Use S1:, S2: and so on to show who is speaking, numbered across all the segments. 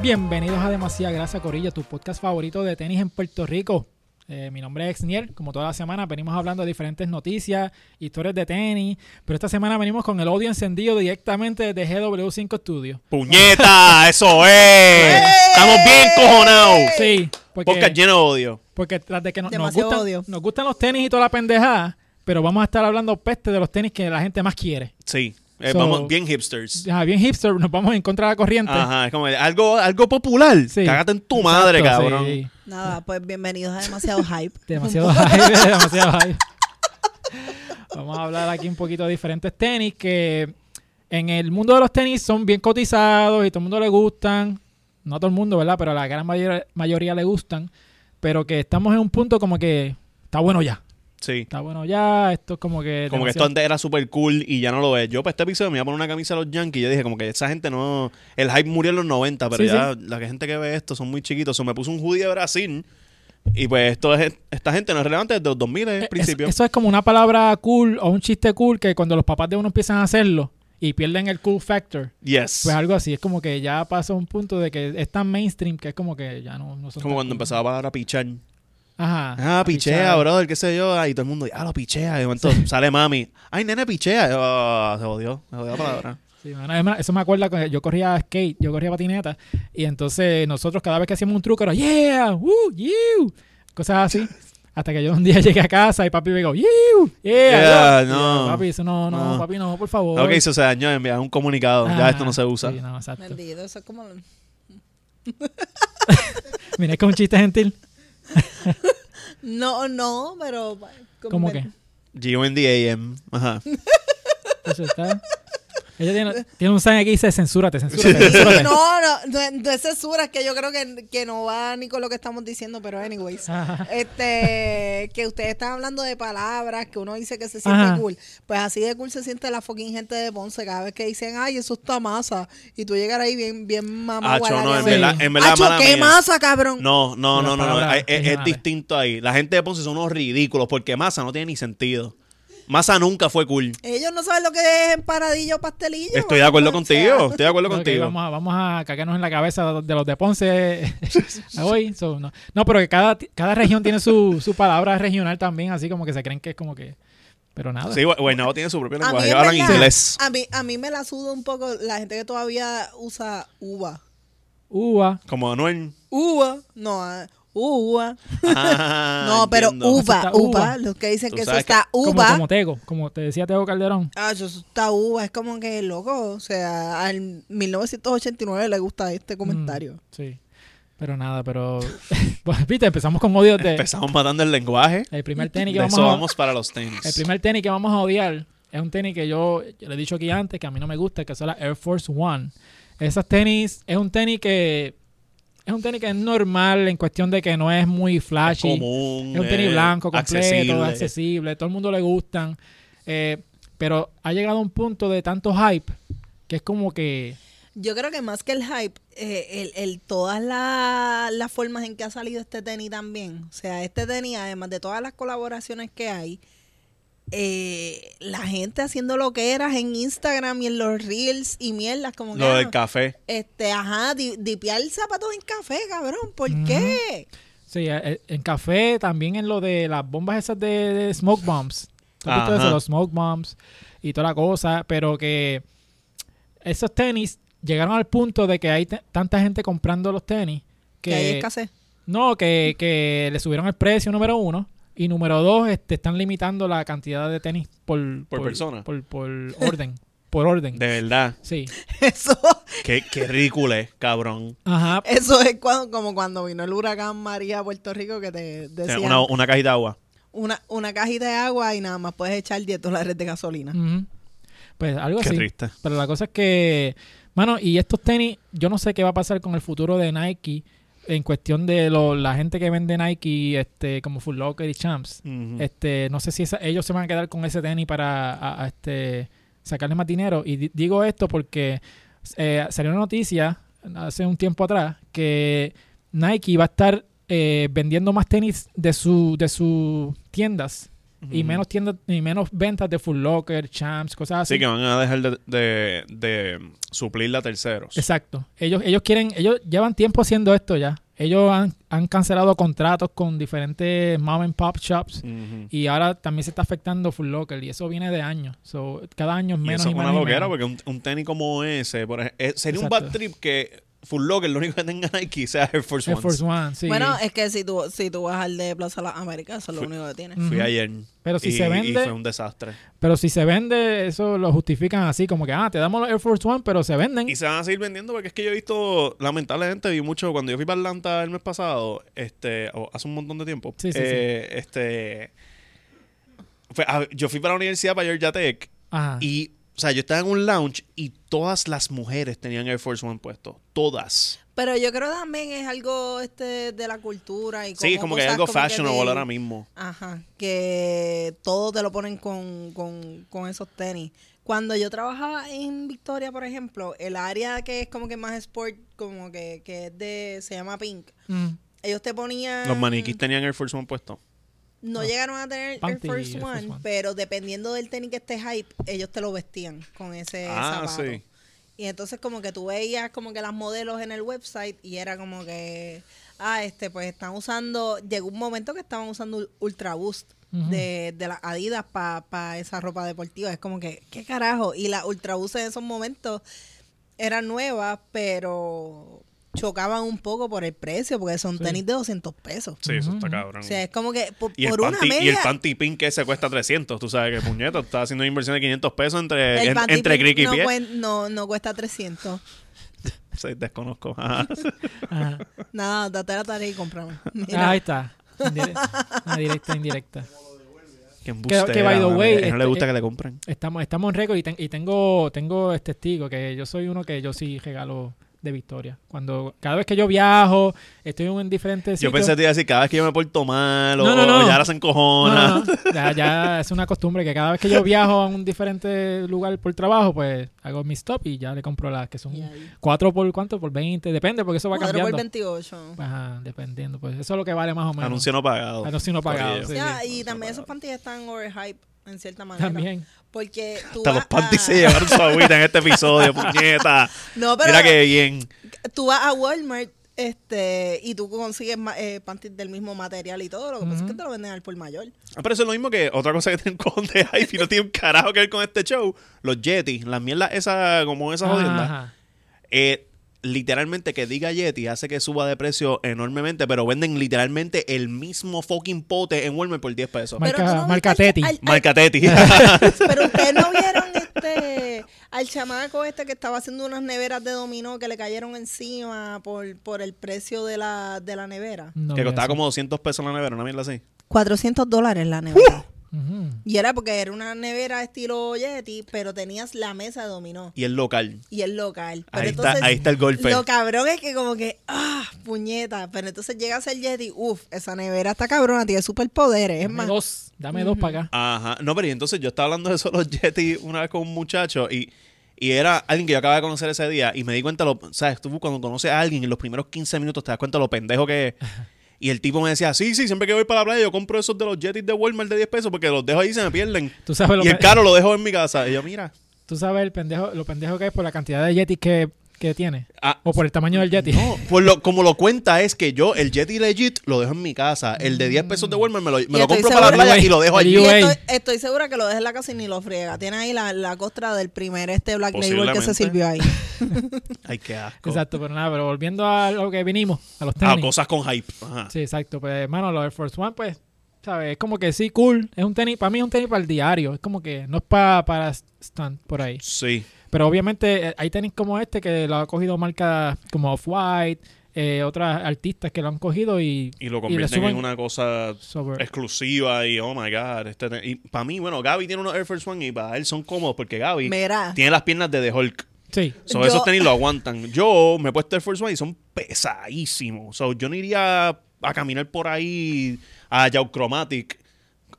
S1: Bienvenidos a Demasiada Grasa Corilla, tu podcast favorito de tenis en Puerto Rico. Eh, mi nombre es Exniel, como toda la semana venimos hablando de diferentes noticias, historias de tenis, pero esta semana venimos con el audio encendido directamente desde GW5 Studios.
S2: ¡Puñeta! ¡Eso es! ¡Estamos bien cojonados!
S1: ¡Eh! Sí,
S2: Podcast
S1: porque,
S2: lleno de odio.
S1: porque tras de que no- nos,
S3: Demasiado
S1: gustan,
S3: odio.
S1: nos gustan los tenis y toda la pendejada, pero vamos a estar hablando peste de los tenis que la gente más quiere.
S2: Sí. Eh,
S1: So-
S2: vamos bien hipsters.
S1: Ya, bien hipster, nos vamos en contra de la corriente.
S2: Ajá, es como algo, algo popular.
S1: Sí.
S2: Cágate en tu madre,
S1: Exacto,
S2: cabrón.
S1: sí.
S3: Nada, pues bienvenidos a Demasiado Hype.
S1: Demasiado hype, demasiado hype. Vamos a hablar aquí un poquito de diferentes tenis que en el mundo de los tenis son bien cotizados y todo el mundo le gustan. No a todo el mundo, ¿verdad? Pero a la gran mayor- mayoría le gustan. Pero que estamos en un punto como que está bueno ya.
S2: Sí.
S1: Está bueno ya. Esto es como que.
S2: Como que esto
S1: demasiado-
S2: antes era súper cool y ya no lo es. Yo para este episodio me iba a poner una camisa de los Yankees y yo dije como que esa gente no... El hype murió en los 90, pero
S1: Sí,
S2: ya la gente que ve esto son muy chiquitos. O me puso un hoodie de Brasil y pues esto es, esta gente no es relevante desde los 2000 en
S1: Eh,
S2: principio.
S1: es- eso es como una palabra cool o un chiste cool que cuando los papás de uno empiezan a hacerlo y pierden el cool factor.
S2: yes.
S1: Pues algo así, es como que ya pasa un punto de que es tan mainstream que es como que ya no, no son
S2: como
S1: tan
S2: cuando
S1: cool.
S2: empezaba a parar a pichar.
S1: Ajá.
S2: Ah,
S1: a
S2: pichea,
S1: pichar.
S2: brother, qué sé yo. Y todo el mundo, ah, lo pichea. Y de momento sale mami. Ay, nene, pichea. Y, "Ah, se jodió, se jodió la palabra.
S1: Sí, mano, es más, eso me acuerda que yo corría skate, yo corría patineta. Y entonces nosotros cada vez que hacíamos un truco era, yeah, woo, you. Cosas así. Hasta que yo un día llegué a casa y papi me dijo, you, yeah.
S2: Yeah,
S1: yo,
S2: no.
S1: "Yeah, Papi, eso no, no,
S2: No.
S1: papi, no, por favor.
S2: Ok, eso se dañó, enviar un comunicado.
S1: Ah,
S2: ya esto no se usa.
S1: sí, no, exacto.
S3: Bendito, eso es como...
S1: Mira, es que es un chiste gentil.
S3: No, no, pero...
S1: ¿Cómo que?
S2: G.O. in the AM. Ajá.
S1: Eso está. Ella tiene, tiene un sign aquí que dice, censúrate, censúrate,
S3: No,
S1: censúrate.
S3: no, no, es- no es censura, es que yo creo que, que no va ni con lo que estamos diciendo, pero anyways.
S1: Ajá.
S3: Este, que ustedes están hablando de palabras, que uno dice que se siente
S1: Ajá.
S3: cool. Pues así de cool se siente la fucking gente de Ponce cada vez que dicen, ay, eso está masa. Y tú llegar ahí bien, bien mamá.
S2: Acho, no, en
S1: Sí.
S2: verdad, en verdad, mala
S3: ¿qué
S2: mía.
S3: masa, cabrón?
S2: No, no, no, no, no.
S1: Las palabras
S2: Es, es- es
S1: originales.
S2: distinto ahí. La gente de Ponce son unos ridículos porque Massa no tiene ni sentido. Massa nunca fue cool.
S3: Ellos no saben lo que es empanadillo o pastelillo.
S2: Estoy de acuerdo
S3: O sea,
S2: contigo. Estoy de acuerdo
S1: Ok,
S2: contigo.
S1: vamos, a, vamos a cagarnos en la cabeza de los de Ponce a hoy. so, no. No, pero que cada, cada región tiene su, su palabra regional también, así como que se creen que es como que... Pero nada.
S2: Sí, Gua- Guaynabo tiene su propio
S3: A mí,
S2: lenguaje.
S3: en
S2: Hablan
S3: verdad,
S2: inglés.
S3: a, mí, a mí me la suda un poco la gente que todavía usa uva.
S1: Uva.
S2: Como Anuel.
S3: Uva. No, ah, uva.
S2: Ah,
S3: no, pero
S2: entiendo.
S1: Eso
S3: uva,
S1: está uva.
S3: uva. Los que dicen
S2: Tú
S3: que eso
S2: sabes que-
S3: está
S1: Como,
S3: uva.
S1: como Tego, como te decía Tego Calderón.
S3: Ah, eso está uva. Es como que loco. O sea, al 1989 le gusta este comentario.
S1: Mm, Sí. Pero nada, pero... Bueno, Viste, empezamos con odios de...
S2: Empezamos matando el lenguaje.
S1: El primer tenis
S2: De
S1: que
S2: eso
S1: vamos a...
S2: vamos para los tenis.
S1: El primer tenis que vamos a odiar es un tenis que yo, yo le he dicho aquí antes que a mí no me gusta, que son las Air Force One. Esas tenis, es un tenis que es un tenis que es normal en cuestión de que no es muy flashy.
S2: común.
S1: Es un tenis
S2: eh,
S1: blanco, completo, accesible.
S2: accesible.
S1: todo el mundo le gustan. Eh, pero ha llegado a un punto de tanto hype que es como que.
S3: Yo creo que más que el hype, eh, el, el- todas la- las formas en que ha salido este tenis también. O sea, este tenis, además de todas las colaboraciones que hay, eh, la gente haciendo lo que eras en Instagram y en los reels y mierdas, como que.
S2: Lo del
S3: ah,
S2: café.
S3: este, ajá, di- dipear zapatos en café, cabrón, ¿por
S1: Ujú.
S3: qué?
S1: Sí, eh, en café, también en lo de las bombas esas de, de smoke bombs. ¿Tú has visto
S2: Ajá.
S1: eso? Los smoke bombs y toda la cosa, pero que esos tenis llegaron al punto de que hay t- tanta gente comprando los tenis
S3: Que, hay
S1: que,
S3: escasez.
S1: no, que, que le subieron el precio, número uno. Y número dos, este, están limitando la cantidad de tenis por,
S2: Por persona.
S1: Por, por orden. Por orden.
S2: De verdad.
S1: Sí.
S3: Eso,
S2: Qué, qué ridículo es, cabrón.
S1: Ajá.
S3: eso es cuando, como cuando vino el huracán María a Puerto Rico que te
S2: Tener
S3: decían
S2: Una,
S3: una,
S2: una cajita de agua.
S3: una, cajita de agua y nada más puedes echar 10 dólares de gasolina.
S1: Ujú. Pues algo
S2: Qué
S1: así.
S2: triste.
S1: Pero la cosa es que, mano, y estos tenis, yo no sé qué va a pasar con el futuro de Nike en cuestión de lo- la gente que vende Nike, este, como Full Locker y Champs.
S2: Ujú.
S1: Este, no sé si esa- ellos se van a quedar con ese tenis para a- a este, sacarle más dinero. Y di- digo esto porque eh, salió una noticia hace un tiempo atrás que Nike va a estar eh, vendiendo más tenis de su de sus tiendas
S2: Mm.
S1: y menos tiendas y menos ventas de Full Locker, Champs, cosas así.
S2: Sí, que van a dejar de, de, de suplirla a terceros.
S1: Exacto. Ellos, ellos quieren, ellos llevan tiempo haciendo esto ya. Ellos han, han cancelado contratos con diferentes mom and pop shops
S2: Ujú.
S1: y ahora también se está afectando Full Locker y eso viene de años. So, cada año es
S2: Y
S1: menos
S2: eso
S1: y
S2: es una
S1: menos y menos.
S2: loquera, porque un, un tenis como ese, por ej- eh, sería un
S1: Exacto.
S2: bad trip que Full Locker lo único que tenga Nike sea Air Force
S1: Air
S2: One.
S1: Force One, sí.
S3: Bueno, eh, es que si tú, si tú vas al de Plaza Las Américas, eso es lo
S2: Fui-
S3: único que tienes.
S1: Mm.
S2: Fui
S1: Ujú.
S2: ayer.
S1: Pero si
S2: y,
S1: se vende-
S2: Y fue un desastre.
S1: Pero si se vende, eso lo justifican así, como que, ah, te damos los Air Force One, pero se venden.
S2: Y se van a seguir vendiendo porque es que yo he visto, lamentablemente, vi mucho cuando yo fui para Atlanta el mes pasado, este, o hace un montón de tiempo.
S1: Sí, sí,
S2: eh, Este. fue- ah, yo fui para la universidad para Georgia Tech
S1: Ajá.
S2: y, o sea, yo estaba en un lounge y todas las mujeres tenían Air Force One puesto. Todas.
S3: Pero yo creo también es algo este de la cultura y
S2: Sí, es como que hay
S3: cosas
S2: algo
S3: como que
S2: fashionable
S3: te-
S2: ahora mismo.
S3: Ajá, que todo te lo ponen con, con, con esos tenis. Cuando yo trabajaba en Victoria, por ejemplo, el área que es como que más sport, como que, que es de, se llama Pink,
S1: Mm.
S3: ellos te ponían...
S2: Los maniquís tenían Air Force One puesto.
S3: No
S1: Ah.
S3: llegaron a tener
S1: Panty,
S3: Air Force
S1: Air Force
S3: One,
S1: One.
S3: pero dependiendo del tenis que esté hype, ellos te lo vestían con ese
S2: Ah,
S3: zapato.
S2: sí.
S3: Y entonces como que tú veías como que las modelos en el website y era como que, ah, este, pues están usando, llegó un momento que estaban usando Ul- Ultra Boost
S1: Ujú.
S3: de, de las Adidas para esa ropa deportiva. Es como que, ¿qué carajo? Y las Ultra Boost en esos momentos eran nuevas, pero chocaban un poco por el precio, porque son
S1: Sí.
S3: tenis de 200 pesos.
S2: Sí, eso está
S1: Ujú.
S2: cabrón.
S3: O sea, es como que por,
S2: y, el
S3: por una
S2: panty, y el
S3: media...
S2: panty pink que se cuesta 300, tú sabes que puñeta, tú estás haciendo una inversión de 500 pesos entre,
S3: El
S2: eh, en-
S3: panty
S2: entre
S3: pink
S2: cric y
S3: no,
S2: pie.
S3: cuen- no, no cuesta 300.
S2: Sí, desconozco. Ajá.
S1: Ajá.
S3: Nada, date la tarea y compramos.
S2: Ah,
S1: Ahí está. Indire- Una directa, indirecta.
S2: Qué embustera,
S1: que, by the
S2: mano,
S1: way,
S2: que no
S1: este,
S2: le gusta
S1: eh,
S2: que le compren.
S1: Estamos, estamos en récord y, ten- y tengo, tengo este testigo que yo soy uno que yo sí regalo de victoria. Cuando, cada vez que yo viajo, estoy en diferentes
S2: Yo
S1: sitios-
S2: pensé que te iba a decir, cada vez que yo me porto mal, o,
S1: eh, No, no, no.
S2: o ya ahora se
S1: No,
S2: encojona.
S1: no, no. Ya, ya es una costumbre que cada vez que yo viajo a un diferente lugar por trabajo, pues hago mi stop y ya le compro las que son
S3: Y ahí.
S1: 4 por cuánto, por 20, depende porque eso va
S3: Cuatro por
S1: cambiando.
S3: 28.
S1: Ajá, dependiendo, pues eso es lo que vale más o menos.
S2: Anuncio no pagado.
S1: Anuncio no pagado,
S2: Corillo.
S1: sí.
S3: Ya, y
S2: Anuncio
S3: también
S2: no
S3: esos panties están overhype en cierta manera.
S1: También.
S3: Porque tú
S2: Hasta los
S3: vas
S2: panties
S3: a-
S2: se llevaron su agüita en este episodio, puñeta.
S3: No, pero
S2: Mira que bien.
S3: tú vas a Walmart este, y tú consigues ma- eh, panties del mismo material y todo. Lo que pasa es que
S1: Ujú.
S3: te lo venden al por mayor.
S2: Ah, Pero eso es lo mismo que otra cosa que tienen con de hype y no tiene un carajo que ver con este show. Los Yeti, las mierdas esas, como esas jodiendas.
S1: Ajá.
S2: Eh, literalmente que diga Yeti hace que suba de precio enormemente, pero venden literalmente el mismo fucking pote en Walmart por 10 pesos.
S1: Ma- Marca-
S3: pero tú no
S1: marca
S3: viste
S1: Teti.
S3: al- al-
S2: Marca Teti.
S3: Pero ustedes no vieron este al chamaco este que estaba haciendo unas neveras de dominó que le cayeron encima por, por el precio de la, de la nevera.
S1: No
S2: que
S1: vi
S2: costaba
S1: eso.
S2: como 200 pesos la nevera, una mierda así.
S3: 400 dólares la nevera.
S1: Ujú.
S3: Y era porque era una nevera estilo Yeti, pero tenías la mesa de dominó
S2: Y el local.
S3: y el local. Pero
S2: Ahí,
S3: entonces,
S2: está, ahí está el golpe.
S3: Lo cabrón es que como que, ah, puñeta. Pero entonces llega a ser Yeti, uff, esa nevera está cabrona, tiene superpoderes. Es
S1: Dame
S3: más,
S1: dos, dame dos para acá.
S2: Ajá. No, pero y entonces yo estaba hablando de eso de los Yeti una vez con un muchacho y, y era alguien que yo acababa de conocer ese día y me di cuenta, lo, ¿sabes? Tú cuando conoces a alguien en los primeros 15 minutos te das cuenta lo pendejo que es. Y el tipo me decía, sí, sí, siempre que voy para la playa yo compro esos de los Yetis de Walmart de 10 pesos porque los dejo ahí y se me pierden.
S1: Tú sabes lo
S2: Y el
S1: pe-
S2: caro lo dejo en mi casa. Y yo, mira.
S1: Tú sabes el pendejo, lo pendejo que es por la cantidad de yetis que, que tiene.
S2: Ah,
S1: O por el tamaño del yeti.
S2: no, pues lo, como lo cuenta es que yo el Yeti Legit lo dejo en mi casa. El de 10 pesos de Walmart me lo, me
S3: Ya
S2: lo
S3: estoy
S2: compro para la
S3: segura.
S2: playa y lo dejo
S1: El
S2: allí.
S3: Y
S1: UA.
S3: estoy, estoy segura que lo dejes en la casa y ni lo friega. Tiene ahí la, la costra del primer este Black Label que se
S2: Posiblemente.
S3: sirvió ahí.
S2: Ay, qué asco.
S1: Exacto, pero nada, pero volviendo a lo que vinimos, a los
S2: Ah,
S1: tenis.
S2: cosas con hype. Ajá.
S1: Sí, exacto. Pues, hermano, los Air Force One, pues, ¿sabes? Es como que sí, cool. Es un tenis, para mí es un tenis para el diario. Es como que no es pa- para stand por ahí.
S2: Sí.
S1: Pero obviamente eh, hay tenis como este que lo ha cogido marcas como Off-White, eh, otras artistas que lo han cogido y...
S2: Y lo
S1: le
S2: convierten
S1: suben-
S2: en una cosa
S1: sobre-
S2: exclusiva y oh my god. Este te- y para mí, bueno, Gaby tiene unos Air Force One y para él son cómodos porque Gaby
S3: Mira,
S2: tiene las piernas de The Hulk.
S1: Sí.
S2: So,
S3: Yo-
S2: esos tenis lo aguantan. Yo me he puesto Air Force One y son pesadísimos. So, yo no iría a caminar por ahí a Yauchromatic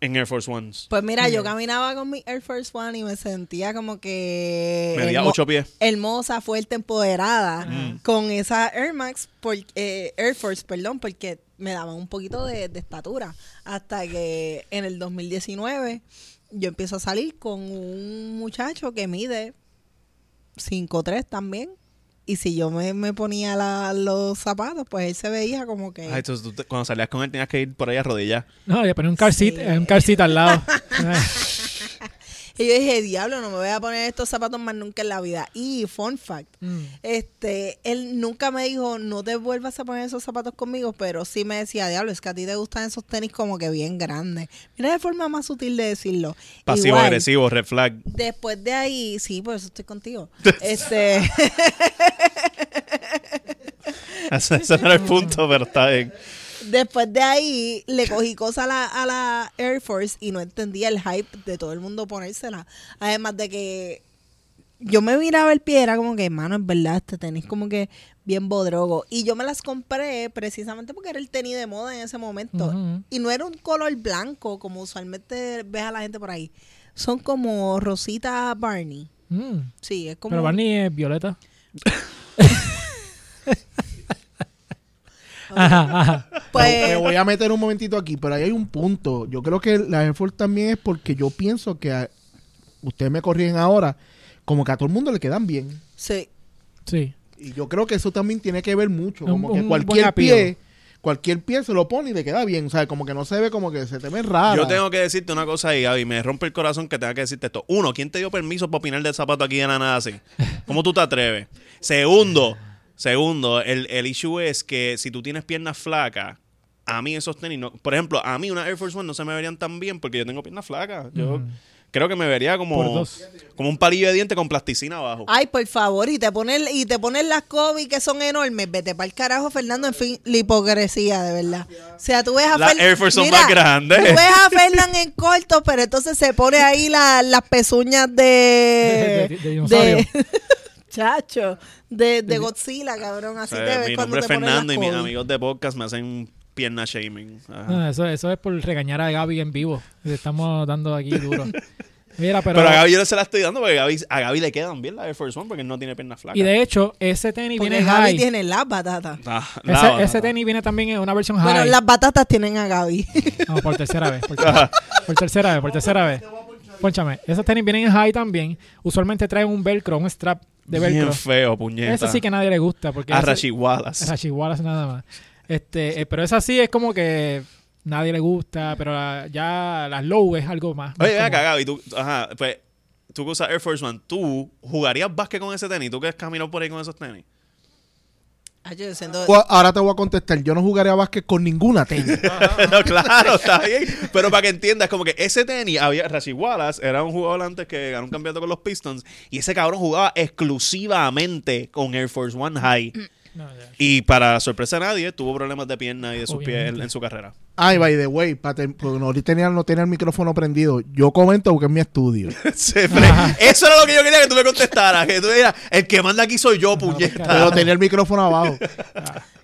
S2: en Air Force Ones.
S3: pues mira, yo
S1: Ok.
S3: caminaba con mi Air Force One y me sentía como que...
S2: Medía
S3: hermo-
S2: ocho pies.
S3: Hermosa, fuerte, empoderada con esa Air Max, por, eh, Air Force, perdón, porque me daban un poquito de, de estatura. Hasta que en el 2019 yo empiezo a salir con un muchacho que mide 5'3 también. Y si yo me, me ponía la- los zapatos, pues él se veía como que...
S2: Ay, entonces tú te- cuando salías con él tenías que ir por ahí a rodillas.
S1: No, le ponía un car seat,
S3: Sí.
S1: eh, un car seat al lado.
S3: Y yo dije, diablo, no me voy a poner estos zapatos más nunca en la vida. Y fun fact,
S1: Mm.
S3: este, él nunca me dijo, no te vuelvas a poner esos zapatos conmigo, pero sí me decía, diablo, es que a ti te gustan esos tenis como que bien grandes. Mira la forma más sutil de decirlo.
S2: Pasivo,
S3: Igual,
S2: agresivo, red flag.
S3: Después de ahí, sí, por eso estoy contigo. este,
S2: Ese, ese no era el punto, pero está bien.
S3: después de ahí, le cogí cosas a la, a la Air Force y no entendía el hype de todo el mundo ponérsela. Además de que yo me miraba el pie, era como que, hermano, es verdad, este tenis como que bien bodrogo. Y yo me las compré precisamente porque era el tenis de moda en ese momento.
S1: Ujú.
S3: Y no era un color blanco como usualmente ves a la gente por ahí. Son como Rosita Barney.
S1: Mm.
S3: Sí, es como...
S1: Pero Barney es violeta.
S2: Ah.
S1: Ajá, ajá.
S3: Pues-
S4: Me voy a meter un momentito aquí, pero ahí hay un punto. Yo creo que la Air Force también es porque yo pienso que a- ustedes me corrigen ahora, como que a todo el mundo le quedan bien.
S3: Sí.
S1: Sí.
S4: Y yo creo que eso también tiene que ver mucho.
S1: Un-
S4: Como
S1: un
S4: que
S1: buen
S4: cualquier
S1: apío.
S4: pie, cualquier pie se lo pone y le queda bien. O sea, como que no se ve como que se te ve
S1: Ah,
S4: raro.
S2: Yo tengo que decirte una cosa ahí, Gaby. Me rompe el corazón que tenga que decirte esto. Uno, ¿quién te dio permiso para opinar del zapato aquí de la nada así? ¿Cómo tú te atreves? Segundo, segundo, el, el issue es que si tú tienes piernas flacas, a mí esos tenis, no- por ejemplo, a mí una Air Force One no se me verían tan bien porque yo tengo piernas flacas. Yo creo que me vería
S1: Por
S2: como,
S1: dos.
S2: como un palillo de diente con plasticina abajo.
S3: Ay, por favor, y te ponen, y te ponen las COVID que son enormes. Vete para el carajo, Fernando. En fin, la hipocresía, de verdad. O sea, tú ves a
S2: Las
S3: Fer-
S2: Air Force son más grandes.
S3: Tú ves a Fernán en corto, pero entonces se pone ahí la- las pezuñas
S1: De-
S3: de.
S1: de- de dinosaurio.
S3: chacho, de, de Godzilla, cabrón. Así
S2: O sea,
S3: te ves
S2: Eh, mi
S3: cuando
S2: nombre
S3: te
S2: es
S3: ponen
S2: Fernando y mis
S3: las COVID.
S2: amigos de podcast me hacen pierna shaming. Ajá.
S1: No, eso, eso es por regañar a Gaby en vivo. Le estamos dando aquí duro. Mira, pero.
S2: Pero, a Gaby yo no se la estoy dando porque a Gaby, a Gaby le quedan bien las Air Force One porque él no tiene piernas flacas.
S1: y de hecho, ese tenis
S3: Porque
S1: viene
S3: Gaby
S1: high.
S3: tiene las batatas.
S2: Ah, la
S1: ese,
S2: otra.
S1: ese tenis viene también en una versión
S3: Bueno,
S1: high.
S3: las batatas tienen a Gaby.
S1: No, por tercera vez. Por, ter- por tercera vez, por tercera vez. Pónchame. Esos tenis vienen en high también. Usualmente traen un velcro, un strap de velcro.
S2: Bien feo, puñeta.
S1: Eso sí que a nadie le gusta. Porque
S2: A
S1: ese-
S2: Rashi Wallace.
S1: Rashi Wallace nada más. Este, eh, pero esa sí es como que nadie le gusta, pero la- ya las low es algo más. más
S2: Oye, ven
S1: como-
S2: acá, Gaby. Tú, ajá, pues, tú que usas Air Force One, ¿tú jugarías básquet con ese tenis? ¿Tú que has caminado por ahí con esos tenis?
S3: Ay, yo siento-
S4: Cu- Ahora te voy a contestar. Yo no jugaré a básquet con ninguna tenis.
S2: no, claro, está bien. Pero para que entiendas, como que ese tenis, había Rashi Wallace, era un jugador antes que ganó un campeonato con los Pistons, y ese cabrón jugaba exclusivamente con Air Force One High.
S1: No, ya.
S2: Y para sorpresa de nadie, tuvo problemas de pierna y de sus pies en-
S1: Obviamente.
S2: en su carrera.
S4: Ay, by the way, pa' ter- porque no, ahorita tenía, no tenía el micrófono prendido. Yo comento porque es mi estudio.
S2: Se fre- Eso era lo que yo quería que tú me contestaras. Que tú dijeras, el que manda aquí soy yo, puñeta.
S4: Pero tenía el micrófono abajo.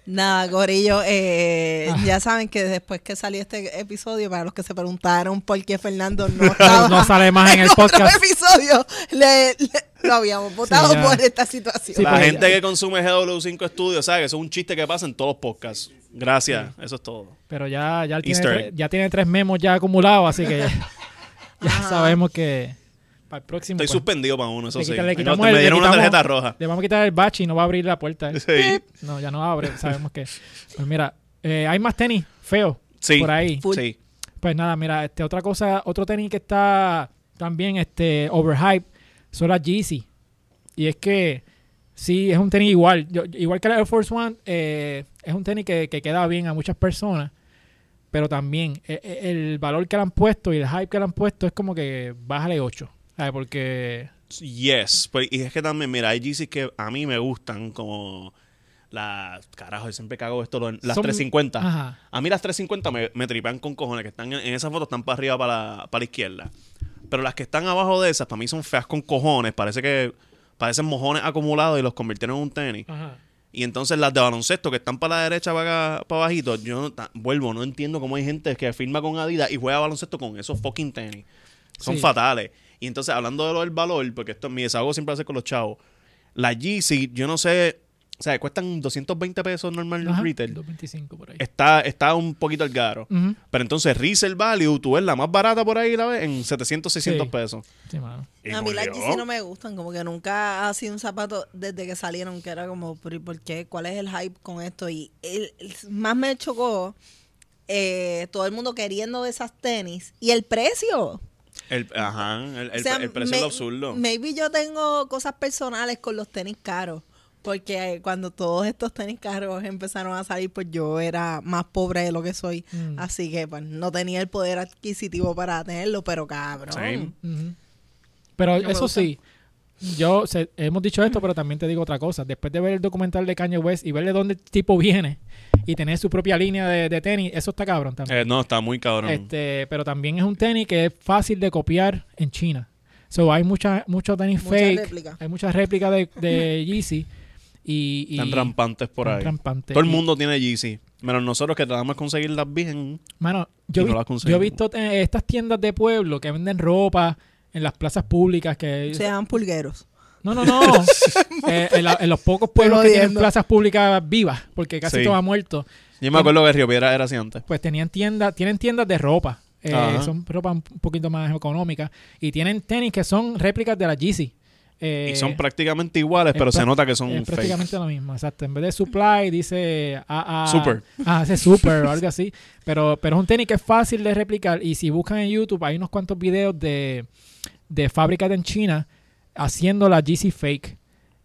S3: Nada, Gorillo, eh,
S1: Ah.
S3: ya saben que después que salió este episodio, para los que se preguntaron por qué Fernando no estaba
S1: No sale más en el podcast.
S3: otro episodio, le, le- lo habíamos votado
S1: Sí, ya.
S3: por esta situación.
S1: Sí,
S2: la
S1: pues,
S2: gente
S1: ya.
S2: que consume GW5 Studios sabe que eso es un chiste que pasa en todos los podcasts. Gracias, eso es todo.
S1: Pero ya, ya, él tiene
S2: Easter
S1: tres-
S2: egg.
S1: ya tiene tres memos ya acumulados, así que ya, ya
S3: Ajá.
S1: sabemos que para el próximo.
S2: Estoy
S1: pues,
S2: suspendido para uno, eso
S1: le
S2: sí.
S1: quita- le
S2: No, te-
S1: quitamos el-
S2: me
S1: le
S2: dieron una
S1: quitamos-
S2: tarjeta roja.
S1: Le vamos a quitar el bache y no va a abrir la puerta. ¿eh?
S2: Sí.
S1: No, ya no abre, sabemos que. Pues mira, eh, hay más tenis feos
S2: Sí.
S1: por ahí.
S3: Full.
S2: Sí.
S1: Pues nada, mira, este, otra cosa, otro tenis que está también este, overhype son las Yeezy. Y es que sí, es un tenis igual. Yo- igual que la Air Force One, eh, es un tenis que, que queda bien a muchas personas. Pero también eh, eh, el valor que le han puesto y el hype que le han puesto es como que bájale 8. ¿sabes? Porque
S2: Yes. Pues, y es que también, mira, hay GCs que a mí me gustan como la... Carajo, yo siempre cago esto, lo- las
S1: Son-
S2: 350.
S1: Ajá.
S2: A mí las 350 me, me tripan con cojones, que están en, en esas fotos están para arriba, para la, para la izquierda. Pero las que están abajo de esas, para mí son feas con cojones. Parece que parecen mojones acumulados y los convirtieron en un tenis. Y entonces las de baloncesto que están para la derecha, para, acá, para abajito, yo no ta- vuelvo, no entiendo cómo hay gente que firma con Adidas y juega baloncesto con esos fucking tenis. Son
S1: Sí.
S2: fatales. Y entonces, hablando de lo del valor, porque esto mi desahogo siempre hace con los chavos, la Yeezy, yo no sé, O sea, cuestan 220 pesos normal
S1: Ajá,
S2: retail.
S1: 225 por ahí.
S2: Está, está un poquito el caro.
S1: Ujú.
S2: Pero entonces resale value, tú ves la más barata por ahí, la ves, en 700, 600
S1: Sí.
S2: pesos.
S1: Sí, mano.
S2: Y
S3: a mí
S2: por
S3: las
S2: Dios.
S3: Yeezy no me gustan, como que nunca ha sido un zapato desde que salieron, que era como, "Pero, ¿y ¿por qué? ¿Cuál es el hype con esto? Y el, el- más me chocó eh, todo el mundo queriendo de esas tenis y el precio.
S2: El, ajá, el, el-
S3: O sea,
S2: el precio
S3: may-
S2: es lo absurdo.
S3: Maybe yo tengo cosas personales con los tenis caros. Porque eh, cuando todos estos tenis caros empezaron a salir, pues yo era más pobre de lo que soy.
S1: Mm.
S3: Así que pues no tenía el poder adquisitivo para tenerlo, pero cabrón.
S2: Same.
S1: Ujú. Pero
S3: me
S1: eso
S3: gusta.
S1: sí, yo se- hemos dicho esto, pero también te digo otra cosa. Después de ver el documental de Kanye West y ver de dónde el tipo viene y tener su propia línea de, de tenis, eso está cabrón también.
S2: Eh, no, está muy cabrón.
S1: Oh. Este, pero también es un tenis que es fácil de copiar en China. So, hay mucha, mucho tenis
S3: Muchas
S1: fake.
S3: réplicas.
S1: Hay muchas réplicas de, de Yeezy. Y, y-
S2: Están rampantes por
S1: tan
S2: ahí.
S1: rampantes.
S2: Todo el
S1: Y,
S2: mundo tiene Yeezy. Menos nosotros que tratamos de conseguir las bien.
S1: Mano, yo,
S2: no
S1: vi-
S2: las
S1: yo he
S2: conseguimos.
S1: visto eh, estas tiendas de pueblo que venden ropa en las plazas públicas. que
S3: O sea, dan pulgueros.
S1: No, no, no. Eh, en, la- en los pocos pueblos
S4: Estoy
S1: que tienen
S4: jodiendo.
S1: plazas públicas vivas, porque casi
S2: Sí.
S1: todo ha muerto,
S2: Yo me acuerdo que Río Piedra era así antes.
S1: pues tenían tiendas, tienen tiendas de ropa. Eh,
S2: Ajá.
S1: son ropa un un poquito más económica. Y tienen tenis que son réplicas de la Yeezy. Eh,
S2: y son prácticamente iguales, pero
S1: es
S2: se
S1: prá-
S2: nota que son
S1: es
S2: fake.
S1: prácticamente lo mismo, exacto. En vez de supply dice AA,
S2: Super.
S1: Ah, hace super o algo así. Pero, pero es un tenis que es fácil de replicar. Y si buscan en YouTube, hay unos cuantos videos de, de fábricas en China haciendo la GC fake.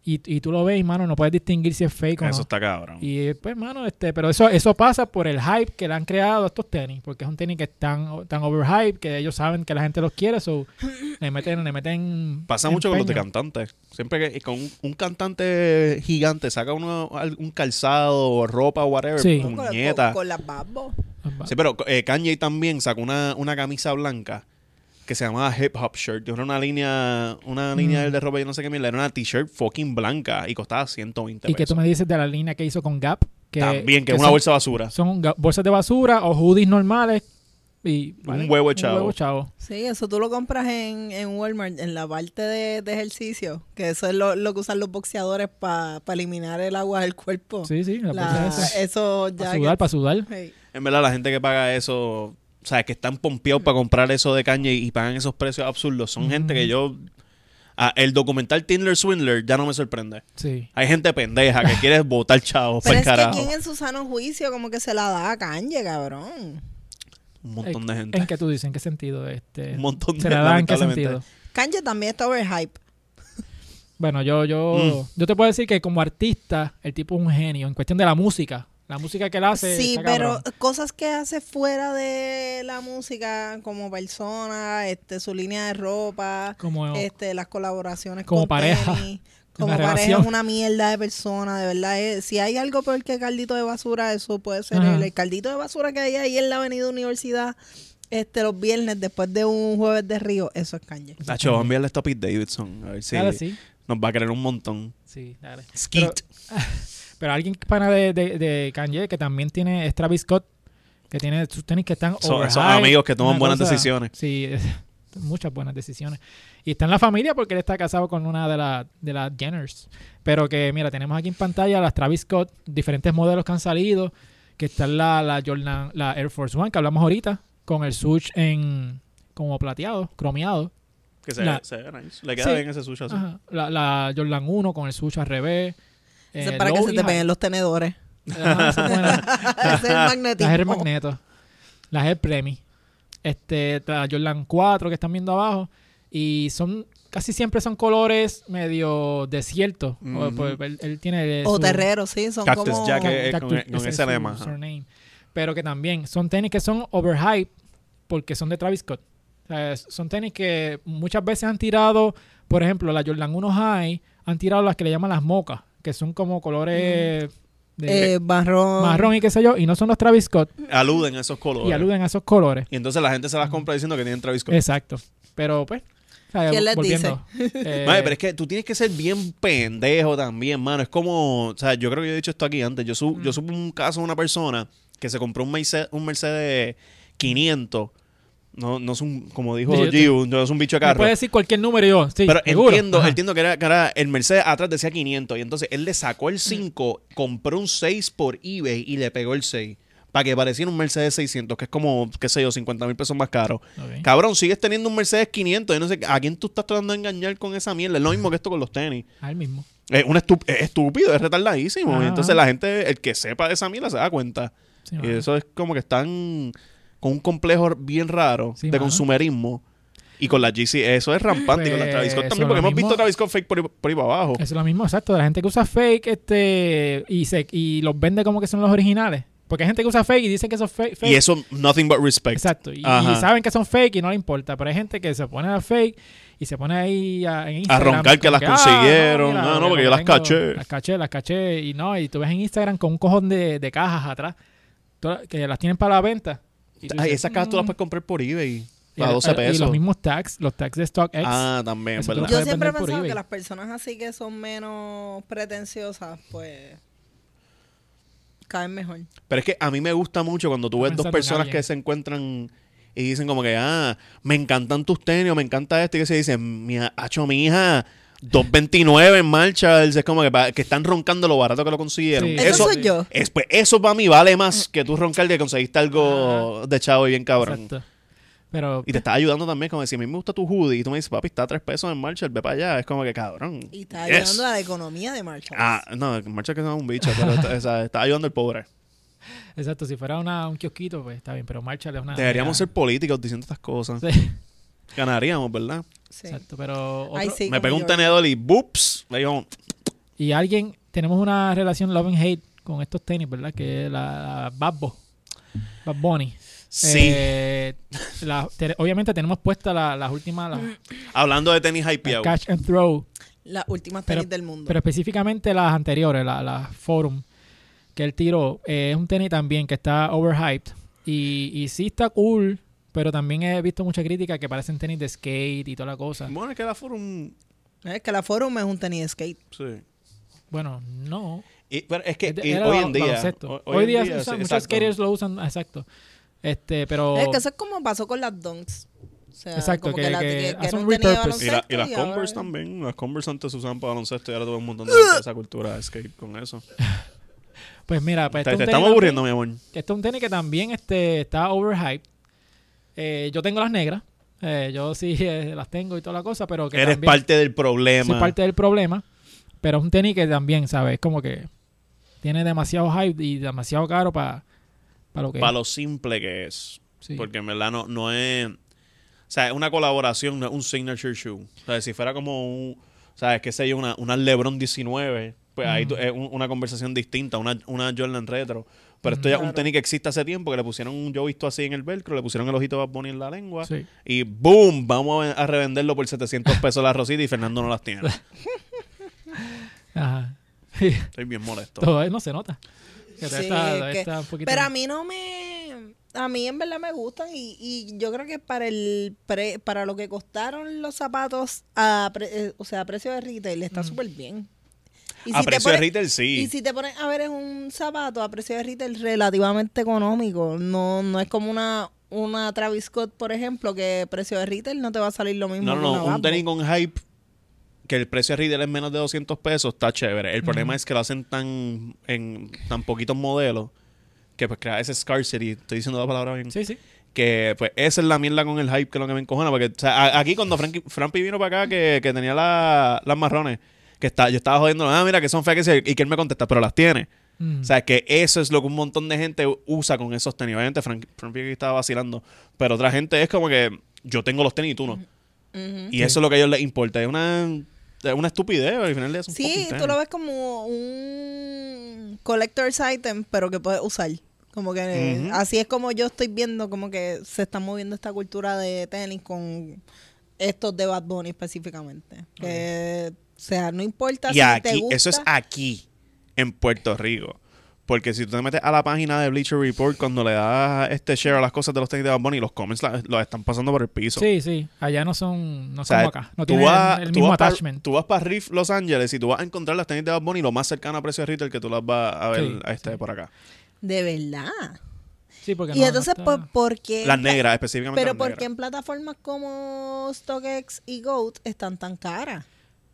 S1: Y, y tú lo ves, mano, no puedes distinguir si es fake o no.
S2: Eso está cabrón.
S1: Y eh, pues, mano, este, pero eso, eso pasa por el hype que le han creado a estos tenis, porque es un tenis que están tan overhype que ellos saben que la gente los quiere, so le meten, le meten.
S2: Pasa mucho con los de
S1: empeño.
S2: cantantes. Siempre que con un, un cantante gigante saca uno, al- un calzado o ropa o whatever,
S1: Sí.
S3: Con- con-
S2: puñeta.
S3: Con, las babos.
S2: Sí, pero eh, Kanye también sacó una, una camisa blanca que se llamaba Hip Hop Shirt. Era una línea, una línea
S1: Mm.
S2: de ropa, yo no sé qué mierda. Era una t-shirt fucking blanca y costaba 120
S1: ¿Y qué tú
S2: pesos.
S1: me dices de la línea que hizo con Gap? Que,
S2: también, que, es una
S1: son-
S2: bolsa de basura.
S1: Son ga- bolsas de basura o hoodies normales y...
S2: Un huevo echado.
S1: Un huevo echado.
S3: Sí, eso tú lo compras en, en Walmart, en la parte de, de ejercicio, que eso es lo, lo que usan los boxeadores para eliminar el agua del cuerpo.
S1: Sí, sí, la
S3: La-
S1: bolsa esa.
S3: eso
S1: Para
S3: ya...
S1: sudar, para sudar.
S2: En verdad, la gente que paga eso, o sea, que están pompeados para comprar eso de Kanye y pagan esos precios absurdos, son gente que yo... Ah, el documental Tindler Swindler ya no me sorprende.
S1: Sí.
S2: Hay gente pendeja que quiere botar chavos para
S3: Pero Pues es
S2: Pues carajo.
S3: que quien en su sano juicio como que se la da a Kanye, cabrón.
S2: Un montón de
S1: ¿En-
S2: gente.
S1: ¿En qué tú dices? ¿En qué sentido? Este,
S2: Un montón de
S1: ¿Se la da en qué
S2: lamentablemente.
S1: sentido?
S3: Kanye también está overhype.
S1: Bueno, yo, yo,
S2: Mm.
S1: yo te puedo decir que como artista, el tipo es un genio. En cuestión de la música. La música que él hace.
S3: sí,
S1: Ah, está
S3: pero
S1: cabrón.
S3: cosas que hace fuera de la música como persona, este su línea de ropa,
S1: Como,
S3: este las colaboraciones
S1: Como
S3: con
S1: pareja,
S3: tenis, como
S1: una
S3: pareja
S1: relación.
S3: es una mierda de persona, de verdad. es- si hay algo peor que caldito de basura, eso puede ser
S1: Ajá.
S3: él. el caldito de basura que hay ahí en la Avenida Universidad este los viernes después de un jueves de río, eso es Kanye.
S1: Eh,
S2: Nacho, va a enviarle esto a Pete Davidson. A ver si
S1: Dale, sí.
S2: nos va a querer un montón.
S1: Sí, dale.
S2: Skeet.
S1: Pero alguien que pana de, de, de Kanye que también tiene es Travis Scott, que tiene sus tenis que están
S2: Son-
S1: overhyped,
S2: son amigos que toman
S1: una
S2: buenas decisiones.
S1: Sí, es- muchas buenas decisiones. Y está en la familia porque él está casado con una de, la- de las Jenners. Pero que, mira, tenemos aquí en pantalla las Travis Scott, diferentes modelos que han salido, que están la, la Jordan, la Air Force One que hablamos ahorita, con el switch en como plateado, cromeado.
S2: que se,
S1: La-
S2: se ve nice. Le queda
S1: Sí.
S2: bien ese sushi así.
S1: Ajá. La, la Jordan 1 con el switch al revés.
S3: Eso
S1: Eh,
S3: es para que
S1: low
S3: se
S1: y
S3: te
S1: high.
S3: peguen los tenedores.
S1: Ajá, esa es buena.
S3: Ese es el magnetismo.
S1: Las Air Magneto. Las Air Premi. Este, la Jordan 4 que están viendo abajo. Y son, casi siempre son colores medio desiertos. O,
S2: Ujú.
S1: pues, él, él tiene
S3: O
S1: su-
S3: terreros, sí, son
S2: Cactus
S3: como...
S2: Jack,
S1: Ca-
S2: eh, con-
S1: Cactus-
S2: con ese
S1: es su
S2: lema, ajá.
S1: surname. Pero que también son tenis que son overhype porque son de Travis Scott. O sea, es- son tenis que muchas veces han tirado, por ejemplo, la Jordan 1 High, han tirado las que le llaman las mocas, que son como colores de
S3: eh, marrón.
S1: marrón y qué sé yo, y no son los Travis Scott
S2: Aluden a esos colores.
S1: y aluden a esos colores.
S2: Y entonces la gente se las compra diciendo que tienen Travis Scott.
S1: Exacto. Pero pues, o sea,
S3: ¿Quién les
S1: volviendo, eh,
S2: Madre, pero es que tú tienes que ser bien pendejo también, mano. Es como, o sea, yo creo que yo he dicho esto aquí antes. Yo, su-
S1: Mm.
S2: yo supe un caso de una persona que se compró un Mercedes, un Mercedes 500 No, no es un, como dijo
S1: Sí, yo te-
S2: Giu, no es un bicho de carro.
S1: Puede decir cualquier número y yo. Sí,
S2: Pero
S1: seguro.
S2: entiendo,
S1: Ajá.
S2: entiendo que era, que era- el Mercedes atrás decía 500 y entonces él le sacó el 5, compró un 6 por eBay y le pegó el 6 para que pareciera un Mercedes 600, que es como, qué sé yo, 50 mil pesos más caro.
S1: Ok.
S2: Cabrón, sigues teniendo un Mercedes 500 y no sé, qué- ¿a quién tú estás tratando de engañar con esa mierda? Es lo mismo que esto con los tenis.
S1: Al Ah, mismo.
S2: Es, un estu- es estúpido, es retardadísimo. Y
S1: Ajá.
S2: entonces la gente, el que sepa de esa mierda se da cuenta.
S1: Sí,
S2: Y
S1: mano.
S2: eso es como que están con un complejo bien raro
S1: Sí,
S2: de
S1: mano.
S2: consumerismo. Y con la GC, eso es rampante. y con la Travis
S1: Pues,
S2: Scott también,
S1: eso
S2: porque
S1: lo
S2: hemos visto
S1: mismo.
S2: Travis Scott fake por ahí, por ahí para abajo.
S1: Eso es lo mismo, exacto. De la gente que usa fake este, y, se, y los vende como que son los originales. Porque hay gente que usa fake y dicen que son fake. fake.
S2: Y eso, nothing but respect.
S1: Exacto. Y, y
S2: Ajá.
S1: saben que son fake y no le importa. Pero hay gente que se pone a fake y se pone ahí a, en Instagram.
S2: roncar que
S1: como
S2: las
S1: "Ah,
S2: consiguieron,
S1: mira,
S2: ah, no,
S1: yo
S2: porque yo las caché".
S1: Las caché, las caché. Y no, y tú ves en Instagram con un cojón de, de cajas atrás tú- que las tienen para la venta. Y tú
S2: Ay,
S1: dices,
S2: esas cajas tú las
S1: "Mm".
S2: puedes comprar por eBay.
S1: Y
S2: A
S1: el- Y
S2: 12
S1: los
S2: pesos.
S1: mismos tags, los tags de StockX.
S2: Ah, también,
S1: Eso tú
S2: ¿verdad?
S1: lo
S3: Yo
S1: puedes
S3: siempre he
S1: vender por
S3: pensado
S1: eBay.
S3: que las personas así que son menos pretenciosas, pues caen mejor.
S2: Pero es que a mí me gusta mucho cuando tú ves dos
S1: Pensando en
S2: personas
S1: alguien.
S2: que se encuentran y dicen como que, ah, me encantan tus tenis o me encanta esto. Y que se dicen, mi hacho, mi hija, 2.29 en marcha. Es como que, pa- que están roncando lo barato que lo consiguieron.
S1: Sí.
S3: Eso,
S2: Eso,
S3: soy yo.
S2: es- pues, eso para mí vale
S1: Mm.
S2: más que tú roncar que conseguiste algo de chavo y bien cabrón.
S1: Exacto. Pero
S2: Y te está ayudando también, como decir, a mí me gusta tu hoodie. Y tú me dices, papi, está a 3 pesos en marcha, ve para allá. Es como que, cabrón.
S3: Y está
S2: yes.
S3: ayudando a la economía de Marshall.
S2: Ah, no, en marcha que no es un bicho, pero está, o sea, está ayudando al pobre.
S1: Exacto, si fuera una, un kiosquito, pues está bien, pero marcha es una.
S2: Deberíamos ser
S1: una-
S2: políticos diciendo estas cosas.
S1: Sí,
S2: Ganaríamos, ¿verdad?
S3: Sí.
S1: exacto, pero. otro-
S3: Ay, sí,
S2: me
S3: como
S2: pegó un
S3: Jordan.
S2: tenedor y ¡bups! Le digo,
S1: Y alguien, tenemos una relación love and hate con estos tenis, ¿verdad? Que es la, la Bad Bo- Bad Bunny.
S2: sí.
S1: Eh, la- te- obviamente tenemos puesta la- las últimas, las- las
S2: Hablando de tenis hypeado.
S1: catch and throw,
S3: Las últimas
S1: Pero-
S3: tenis del mundo.
S1: pero específicamente las anteriores, la- las forum que él tiró. Eh, es un tenis también que está overhyped. Y, y sí está cool, pero también he visto mucha crítica que parecen tenis de skate y toda la cosa.
S2: Bueno, es que la forum...
S3: es que la Forum es un tenis de skate.
S2: Sí.
S1: Bueno, no.
S2: Y- pero es que
S1: Es de-
S2: y
S1: era
S2: hoy
S1: ba-
S2: en día...
S1: baloncesto.
S2: ho-
S1: Hoy, día,
S2: sí,
S1: usan- muchos
S2: exacto.
S1: skaters lo usan, exacto. Este, pero
S3: Es que eso es como pasó con las Dunks. O sea,
S1: Exacto,
S3: como que,
S1: que-
S3: la,
S1: que
S3: que, que
S1: hacen
S3: era un tenis de
S1: repurpose.
S2: Y, la- y
S3: baloncesto
S2: las
S3: y ahora-
S2: Converse también. Las Converse antes se usaban para baloncesto y ahora tuve un montón de gente de esa cultura de skate con eso.
S1: Pues mira, pues
S2: te,
S1: este
S2: te
S1: es un
S2: estamos
S1: tenis
S2: aburriendo, mi amor.
S1: que Este es un tenis que también este, está overhyped. Eh, yo tengo las negras. Eh, yo sí eh, las tengo y toda la cosa, pero que
S2: Eres
S1: también
S2: parte del
S1: soy
S2: problema.
S1: parte del problema. Pero es un tenis que también, ¿sabes? Es como que tiene demasiado hype y demasiado caro para lo que
S2: Para
S1: es.
S2: lo simple que es.
S1: Sí.
S2: Porque en verdad no, no es. O sea, es una colaboración, no es un signature shoe. O sea, si fuera como un. ¿Sabes qué sé yo? Una, una LeBron 19. Pues ahí tú- es un- una conversación distinta, una, una Jordan Retro. Pero esto ya es un
S3: Claro.
S2: tenis que existe hace tiempo, que le pusieron un yo visto así en el velcro, le pusieron el ojito de Bad Bunny en la lengua.
S1: Sí.
S2: Y ¡boom! Vamos a a revenderlo por 700 pesos la Rosita y Fernando no las tiene.
S1: Ajá.
S2: Estoy bien molesto.
S1: Todo eh, no se nota. Que
S3: Sí,
S1: está,
S3: que-
S1: está un poquito...
S3: Pero a mí no me... A mí en verdad me gustan y, y yo creo que para el pre- para lo que costaron los zapatos, a pre- eh, o sea, a precio de retail, está súper bien. Y
S2: a
S3: si te
S2: precio de
S3: pones-
S2: retail, sí.
S3: Y si te pones a ver, es un zapato a precio de retail relativamente económico. No, no es como una, una Travis Scott, por ejemplo, que precio de retail no te va pues. a salir lo mismo.
S2: No, no,
S3: que
S2: no.
S3: una
S2: Un
S3: Bad
S2: tenis
S3: Boy.
S2: con hype que el precio de retail es menos de 200 pesos está chévere. El problema es que lo hacen tan en tan poquitos modelos que pues crea ese scarcity. Estoy diciendo la palabra bien.
S1: Sí, sí.
S2: Que pues esa es la mierda con el hype que es lo que me encojona. Porque o sea, a- aquí cuando Frankie, Frankie vino para acá que, que tenía la- las marrones, que está, yo estaba jodiendo, ah, mira que son feas que se-". y que él me contesta, pero las tiene.
S1: Mm.
S2: O sea, que eso es lo que un montón de gente usa con esos tenis. Obviamente, Frank, Frankie estaba vacilando. Pero otra gente es como que yo tengo los tenis y tú no.
S3: Ujú.
S2: Y
S1: Sí.
S2: eso es lo que a ellos les importa. Es una, es una estupidez. Al final le hacen
S3: Sí, tú lo ves como un collector's item, pero que puedes usar. Como que eh,
S2: Ujú.
S3: así es como yo estoy viendo como que se está moviendo esta cultura de tenis con estos de Bad Bunny específicamente. Que, o sea, no importa
S2: Y
S3: si te
S2: aquí,
S3: gusta.
S2: eso es aquí, en Puerto Rico. Porque si tú te metes a la página de Bleacher Report, cuando le das este share a las cosas de los tenis de Bad Bunny, los comments la- los están pasando por el piso.
S1: Sí, sí. Allá no son, no
S2: O sea,
S1: son como acá. No
S2: tú
S1: tienen
S2: vas-
S1: el
S2: tú
S1: mismo
S2: vas pa-
S1: attachment.
S2: tú vas para Riff Los Ángeles y tú vas a encontrar las tenis de Bad Bunny lo más cercano a precio de retail que tú las vas a ver
S1: Sí,
S2: a este, por acá.
S3: De verdad.
S1: Sí, porque no-
S3: y
S1: no
S3: entonces,
S1: está-
S3: ¿por, por qué?
S2: Las negras, específicamente.
S3: Pero
S2: las
S3: ¿por
S2: negras.
S3: qué en plataformas como StockX y Goat están tan caras?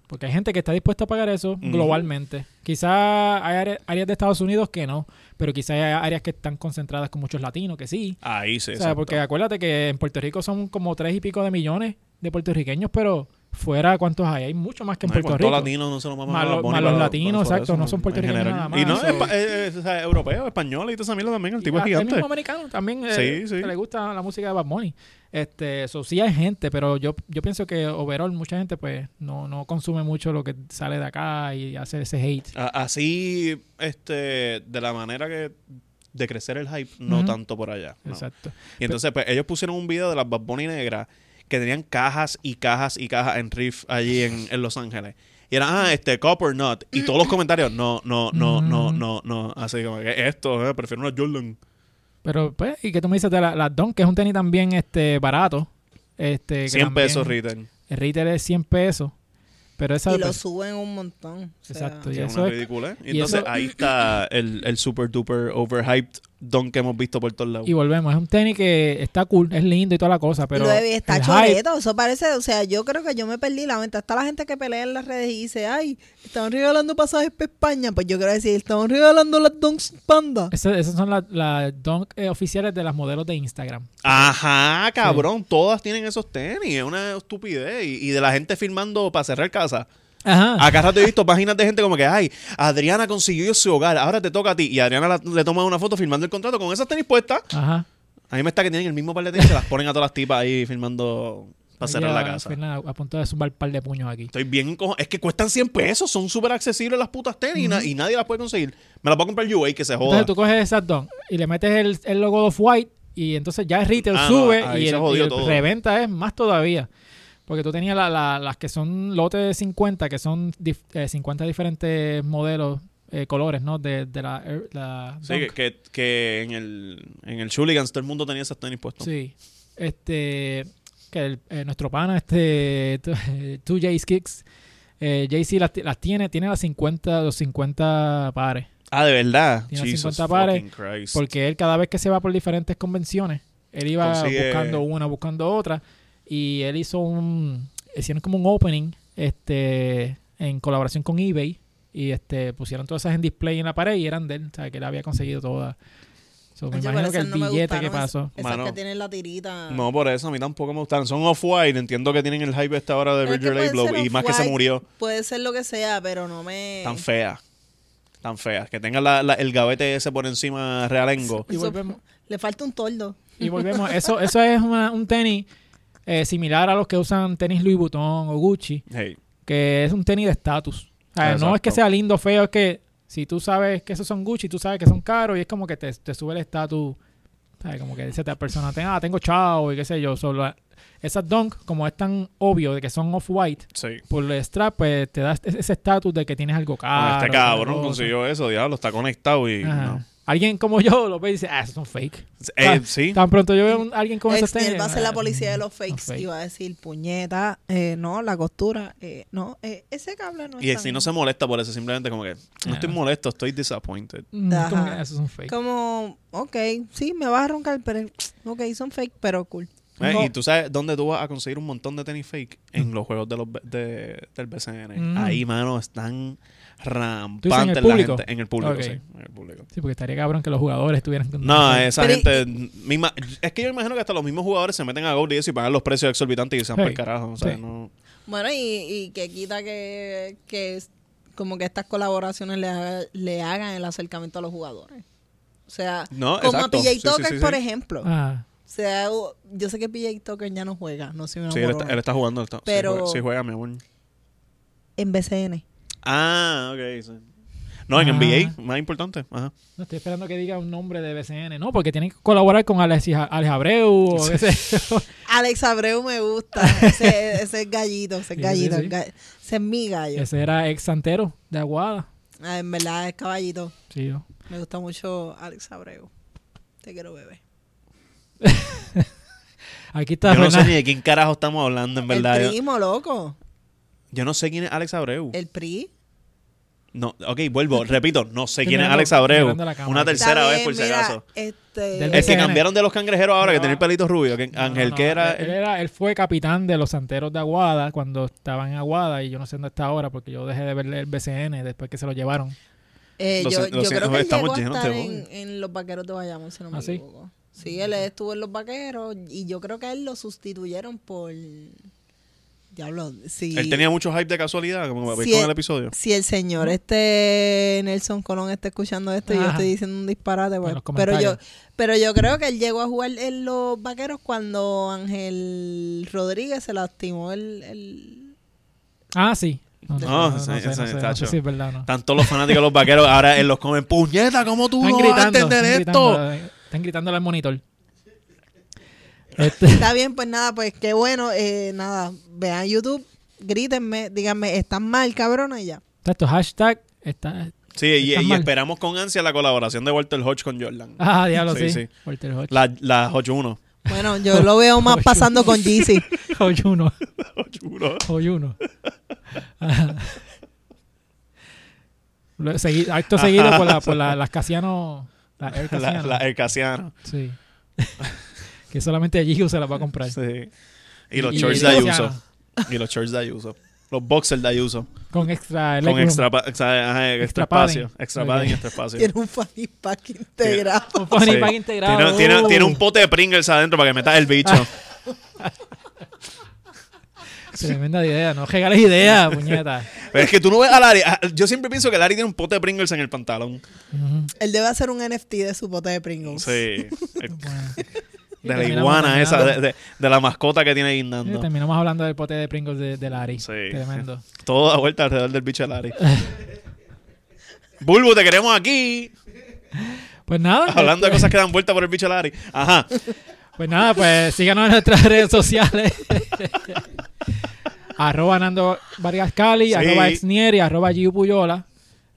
S1: Porque hay gente que está dispuesta a pagar eso
S2: Ujú.
S1: globalmente. Quizá hay are- áreas de Estados Unidos que no, pero quizá hay áreas que están concentradas con muchos latinos que sí.
S2: Ahí sí.
S1: O sea,
S2: exacto.
S1: porque acuérdate que en Puerto Rico son como tres y pico de millones de puertorriqueños, pero fuera cuántos hay, hay mucho más que en
S2: Ay,
S1: Puerto
S2: con
S1: Rico.
S2: todos latinos no se lo maman
S1: Más
S2: a Bad
S1: los-
S2: Bunny
S1: más los
S2: para-
S1: latinos,
S2: para
S1: exacto,
S2: eso,
S1: no son
S2: en
S1: puertorriqueños
S2: general.
S1: nada más,
S2: Y no,
S1: so-
S2: es, pa- es- es- o sea, europeo, español y toda esa mierda también. El tipo
S1: Y
S2: es
S1: hasta El
S2: gigante.
S1: mismo americano también eh,
S2: Sí, sí.
S1: que le gusta la música de Bad Bunny. Este, so, sí hay gente, pero yo, yo pienso que overall mucha gente pues no, no consume mucho lo que sale de acá y hace ese hate.
S2: A- Así, este, de la manera que de crecer el hype, no
S1: Ujú.
S2: tanto por allá. no.
S1: Exacto.
S2: Y entonces, pues, ellos pusieron un video de las Bad Bunny negras que tenían cajas y cajas y cajas en Riff allí en, en Los Ángeles. Y era, ah, este, Copper Nut. Y todos los comentarios, no, no, no, no,
S1: Mm.
S2: no, no. Así como que esto, eh, prefiero una Jordan.
S1: Pero pues, y que tú me dices de la, la Don, que es un tenis también este barato. Este, que
S2: 100
S1: también-
S2: pesos retail.
S1: El retail es 100 pesos. Pero esa
S3: Y lo
S1: pues,
S3: suben un montón. o sea,
S1: Exacto,
S2: Que
S1: ya.
S2: es
S1: eso
S2: una
S1: es-
S2: ridícula.
S1: y
S2: Y entonces,
S1: eso-
S2: ahí está el, el super duper overhyped don que hemos visto por todos lados.
S1: y volvemos, es un tenis que está cool, es lindo y toda la cosa, pero
S3: Lo de- está
S1: el hype-
S3: choreto, eso parece, o sea, yo creo que yo me perdí la venta. Está la gente que pelea en las redes y dice, ay, están regalando pasajes para España. Pues yo quiero decir, están regalando las Donks Panda.
S1: esa- esas son las las Dunk eh, oficiales de las modelos de Instagram.
S2: Ajá, cabrón. Todas tienen esos tenis. Es una estupidez. Y, y de la gente filmando para cerrar casa.
S1: Ajá.
S2: Acá rato he visto páginas de gente como que, ay, Adriana consiguió su hogar, ahora te toca a ti. Y Adriana la- le toma una foto firmando el contrato con esas tenis puestas.
S1: Ajá.
S2: A mí me está que tienen el mismo par de tenis, se las ponen a todas las tipas ahí firmando para cerrar la
S1: Ella,
S2: casa.
S1: Fernanda, a punto de zumbar un par de puños aquí.
S2: Estoy bien encojo- Es que cuestan 100 pesos, son súper accesibles las putas tenis y na- y nadie las puede conseguir. Me las va a comprar UA que se joda.
S1: Entonces tú coges esas Don y le metes el, el logo de Off-White y entonces ya el retail
S2: Ah, no,
S1: sube
S2: ahí
S1: y
S2: se
S1: el,
S2: jodió
S1: y el
S2: todo.
S1: reventa es más todavía. Porque tú tenías la- la- las que son lotes de 50, que son dif- eh, 50 diferentes modelos, eh, colores, ¿no? De, de la, Air- la
S2: Sí, que,
S1: Dunk.
S2: que, que en el, en el Chuligans todo el mundo tenía esas tenis puestas.
S1: Sí. Este, que el- eh, nuestro pana, este, 2J's Kicks, eh, JC las, ti- las tiene, tiene las 50, los 50 pares.
S2: Ah, de verdad.
S1: Tiene
S2: Jesus
S1: 50 pares,
S2: fucking Christ.
S1: Porque él cada vez que se va por diferentes convenciones, él iba
S2: Consigue-
S1: buscando una, buscando otra. Y él hizo un, hicieron como un opening, este, en colaboración con eBay. Y este, pusieron todas esas en display en la pared y eran de él. O sea, que él había conseguido todas. So, me
S3: Oye,
S1: imagino
S3: pero
S1: que
S3: esas
S1: el
S3: no me
S1: billete que
S3: gustaron,
S1: pasó.
S3: Esas
S2: Mano.
S3: que tienen la tirita.
S2: No, por eso a mí tampoco me gustaron. Son off-white. Entiendo que tienen el hype esta hora de
S3: Pero es que
S2: Virgil
S3: puede
S2: Abloh
S3: ser
S2: y más que se
S3: Off-White.
S2: murió.
S3: Puede ser lo que sea, pero no me.
S2: Tan fea. Tan fea. Que tenga la- la- el gavete ese por encima realengo.
S1: Y
S3: Eso-
S1: volvemos,
S3: Le falta un toldo.
S1: y volvemos. Eso, eso es una- un tenis eh, similar a los que usan tenis Louis Vuitton o Gucci,
S2: Hey.
S1: que es un tenis de estatus. O sea, no es que
S2: Exacto.
S1: sea lindo o feo, es que si tú sabes que esos son Gucci, tú sabes que son caros y es como que te, te sube el estatus. ¿sabes? Como que dice esta persona, "Ten- ah, tengo chao y qué sé yo. Solo esas Dunk, como es tan obvio de que son off-white,
S2: Sí.
S1: por el strap, pues te da este- ese estatus de que tienes algo caro.
S2: Bueno, este cabrón
S1: algo-
S2: consiguió eso, diablo. Está conectado y.
S1: Ajá.
S2: no.
S1: Alguien como yo lo ve y dice, ah, esos son fake.
S2: Eh,
S1: Ah,
S2: sí.
S1: Tan pronto yo veo a alguien con esos
S3: Exniel
S1: tenis,
S3: Este, va a ser la
S1: ah,
S3: policía de los
S1: los
S3: fakes
S1: fakes.
S3: y va a decir, puñeta, eh, no, la costura, eh, no, eh, ese cable no
S2: Y
S3: es
S2: si
S3: tan-
S2: no se molesta por eso, simplemente como que. No estoy
S1: Ah.
S2: molesto, estoy disappointed.
S1: Mm,
S3: Ajá.
S1: como que eso es un fake.
S3: Como, ok, sí, me vas a roncar, pero ok, son fake, pero cool.
S2: Eh,
S1: No.
S2: Y tú sabes dónde tú vas a conseguir un montón de tenis fake en los juegos de los B- de- del BCN.
S1: Mm.
S2: Ahí, mano, están
S1: dices en el
S2: rampantes la
S1: público?
S2: gente. En el público,
S1: Ok. Mm.
S2: sí. En el público.
S1: Sí, porque estaría cabrón que los jugadores estuvieran con-
S2: No, esa
S3: Pero-
S2: gente. me ima- es que yo imagino que hasta los mismos jugadores se meten a Gold y eso y pagan los precios exorbitantes y se van
S1: Sí.
S2: para el carajo. O sea,
S1: Sí.
S2: no.
S3: Bueno, y, y que quita que, que es- como que estas colaboraciones le, haga- le hagan el acercamiento a los jugadores. O sea,
S2: No,
S3: como
S2: exacto.
S3: a
S2: Sí, sí,
S3: PJ Tucker,
S2: sí, sí.
S3: por ejemplo.
S1: Ah,
S3: O sea, u- yo sé que PJ Tucker ya no juega, no sé,
S2: Sí, él está, él está jugando. él está- sí
S3: Pero-
S2: juega- Sí, juega, mi amor.
S3: en BCN.
S2: Ah, ok. sí. No, en
S1: Ah.
S2: NBA, más importante. Ajá.
S1: no estoy esperando que diga un nombre de BCN, no, porque tienen que colaborar con Alexis, Alex Abreu o
S2: Sí.
S1: ese-
S3: Alex Abreu me gusta, ese, ese es gallito, ese
S1: Sí,
S3: es gallito,
S1: sí, sí.
S3: ga- ese es mi gallo.
S1: ese era ex santero de Aguada.
S3: Ah, en verdad es caballito.
S1: Sí, yo.
S3: Me gusta mucho Alex Abreu. Te quiero, bebé.
S1: Aquí está
S2: Yo no sé
S1: Fernan-
S2: ni de quién carajo estamos hablando, en verdad.
S3: El
S2: Yo,
S3: primo, loco.
S2: yo no sé quién es Alex Abreu.
S3: El PRI.
S2: No, ok, vuelvo. Repito, no sé
S1: Estoy
S2: quién es
S1: mirando-
S2: Alex Abreu.
S1: mirando la cámara.
S2: Una
S1: Está
S2: tercera
S3: Está
S2: vez,
S3: bien,
S2: por si
S3: mira,
S2: acaso.
S1: Del
S3: Este,
S2: Es que
S1: BCN.
S2: cambiaron de los cangrejeros ahora, que
S1: No.
S2: tenía el pelito rubio. Que
S1: No,
S2: Ángel,
S1: no,
S2: que era.
S1: Él, era- él fue capitán de los santeros de Aguada cuando estaba en Aguada y yo no sé dónde está ahora porque yo dejé de ver el BCN después que se lo llevaron.
S3: eh,
S2: Lo
S3: yo,
S2: siento,
S3: yo
S2: lo siento,
S3: creo que él
S2: estamos
S3: llegó a
S2: llenos de
S3: estar
S2: odio.
S3: en, en los vaqueros de Bayamón, si no me
S1: ¿Ah, sí?
S3: equivoco. Sí, él estuvo en los vaqueros y yo creo que a él lo sustituyeron por. Diablo, sí.
S2: Él tenía mucho hype de casualidad, como me voy
S3: Sí, eh.
S2: con
S3: él-
S2: el episodio.
S3: Si el señor este Nelson Colón está escuchando esto, y yo
S1: Ajá.
S3: estoy diciendo un disparate, pues,
S1: los
S3: pero yo
S1: comentarios.
S3: pero yo creo que él llegó a jugar en los vaqueros cuando Ángel Rodríguez se lastimó el, el-
S1: Ah, sí. No, no,
S2: No,
S1: no, no
S2: ese-
S1: sé,
S2: ese
S1: no sé, no
S2: tacho.
S1: sé si es verdad o no.
S2: Tanto los fanáticos de los vaqueros ahora en los comen. ¡Puñeta, cómo tú
S1: Están
S2: no vas a
S1: gritando,
S2: entender
S1: están
S2: esto!
S1: gritando, eh, están gritándole al monitor. Este,
S3: Está bien, pues nada, pues qué bueno. eh, nada, vean YouTube, grítenme, díganme, están mal, cabrona, y ya.
S1: esto, hashtag. Está,
S2: Sí, y,
S1: Estás
S2: y
S1: mal.
S2: esperamos con ansia la colaboración de Walter Hodge con Jordan.
S1: ah, diablo,
S2: Sí,
S1: sí.
S2: sí.
S1: Walter Hodge.
S2: La, la Hodge 1.
S3: Bueno, yo lo veo más pasando con Jeezy.
S1: Hodge uno,
S2: Hodge 1.
S1: Hodge uno. Ajá. Luego, segui- acto
S2: Ajá.
S1: seguido por, la, por la- las Casiano. La Air
S2: La,
S1: Casiano.
S2: la- el Casiano.
S1: Sí. que solamente Gio se las va a comprar.
S2: Sí. Y los
S1: Y-
S2: shorts
S1: y
S2: de Ayuso.
S1: Casiano,
S2: Y los shorts de Ayuso. Los boxers de Ayuso.
S1: Con extra.
S2: Con
S1: legroom.
S2: extra, pa- extra, ajá, extra
S1: Extra padding.
S2: espacio. Extra
S1: Ok.
S2: padding y extra espacio.
S3: Tiene un fanny pack integrado.
S1: Un funny
S2: Sí.
S1: pack integrado.
S2: Tiene, tiene-
S1: Uh.
S2: tiene un pote de Pringles adentro para que metas el bicho.
S3: Ah.
S1: Uh, Tremenda idea. No regales idea, puñeta.
S2: Pero es que tú no ves a Larry. Ah, Yo siempre pienso que Larry tiene un pote de Pringles en el pantalón.
S1: Ujú.
S3: Él debe hacer un NFT de su bote de Pringles.
S2: Sí. El-
S1: Bueno. Y
S2: De la
S1: terminamos
S2: iguana esa, de,
S1: terminando-
S2: de- de la mascota que tiene
S1: Eh,
S2: guindando.
S1: Terminamos hablando del pote de Pringles de, de Larry.
S2: Sí.
S1: Tremendo.
S2: Todo da vuelta alrededor del bicho de Larry.
S1: Ah.
S2: Bulbo, te queremos aquí.
S1: Este. Pues nada.
S2: Hablando de
S1: este,
S2: cosas que dan vuelta por el bicho de Larry. Ajá.
S1: Pues nada, pues síganos en nuestras redes sociales. arroba Nando Vargas Cali,
S2: Sí.
S1: arroba Exnieri, arroba Giu Puyola.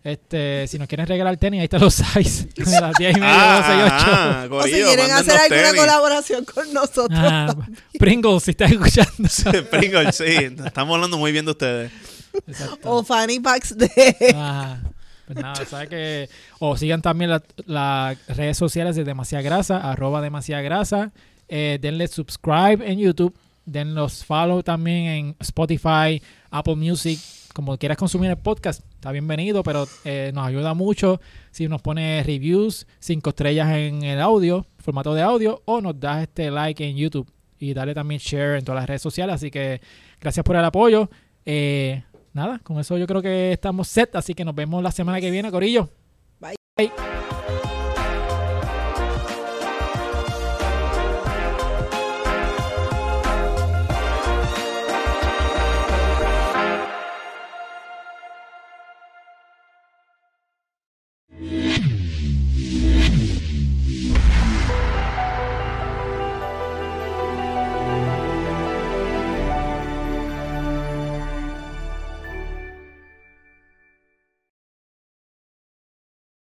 S1: Este, si nos quieren regalar tenis, ahí están los size. De las 10 y media, 12 y 8.
S2: Ah,
S3: O si
S2: corillo,
S3: quieren
S2: mándennos
S3: hacer alguna
S2: tenis.
S3: colaboración con nosotros.
S1: Ah, Pringles, si estás escuchando.
S2: Pringles, sí. Estamos hablando muy bien de ustedes.
S1: Exacto.
S3: O fanny packs de...
S1: Ajá. Pues nada, ¿sabes que O sigan también la- las redes sociales de Demasiada Grasa, arroba Demasiada Grasa. Eh, denle subscribe en YouTube. Den los follow también en Spotify, Apple Music. Como quieras consumir el podcast, está bienvenido, pero eh, nos ayuda mucho si nos pones reviews, cinco estrellas en el audio, formato de audio, o nos das este like en YouTube y dale también share en todas las redes sociales. Así que gracias por el apoyo. Eh, nada, con eso yo creo que estamos set, así que nos vemos la semana que viene, Corillo.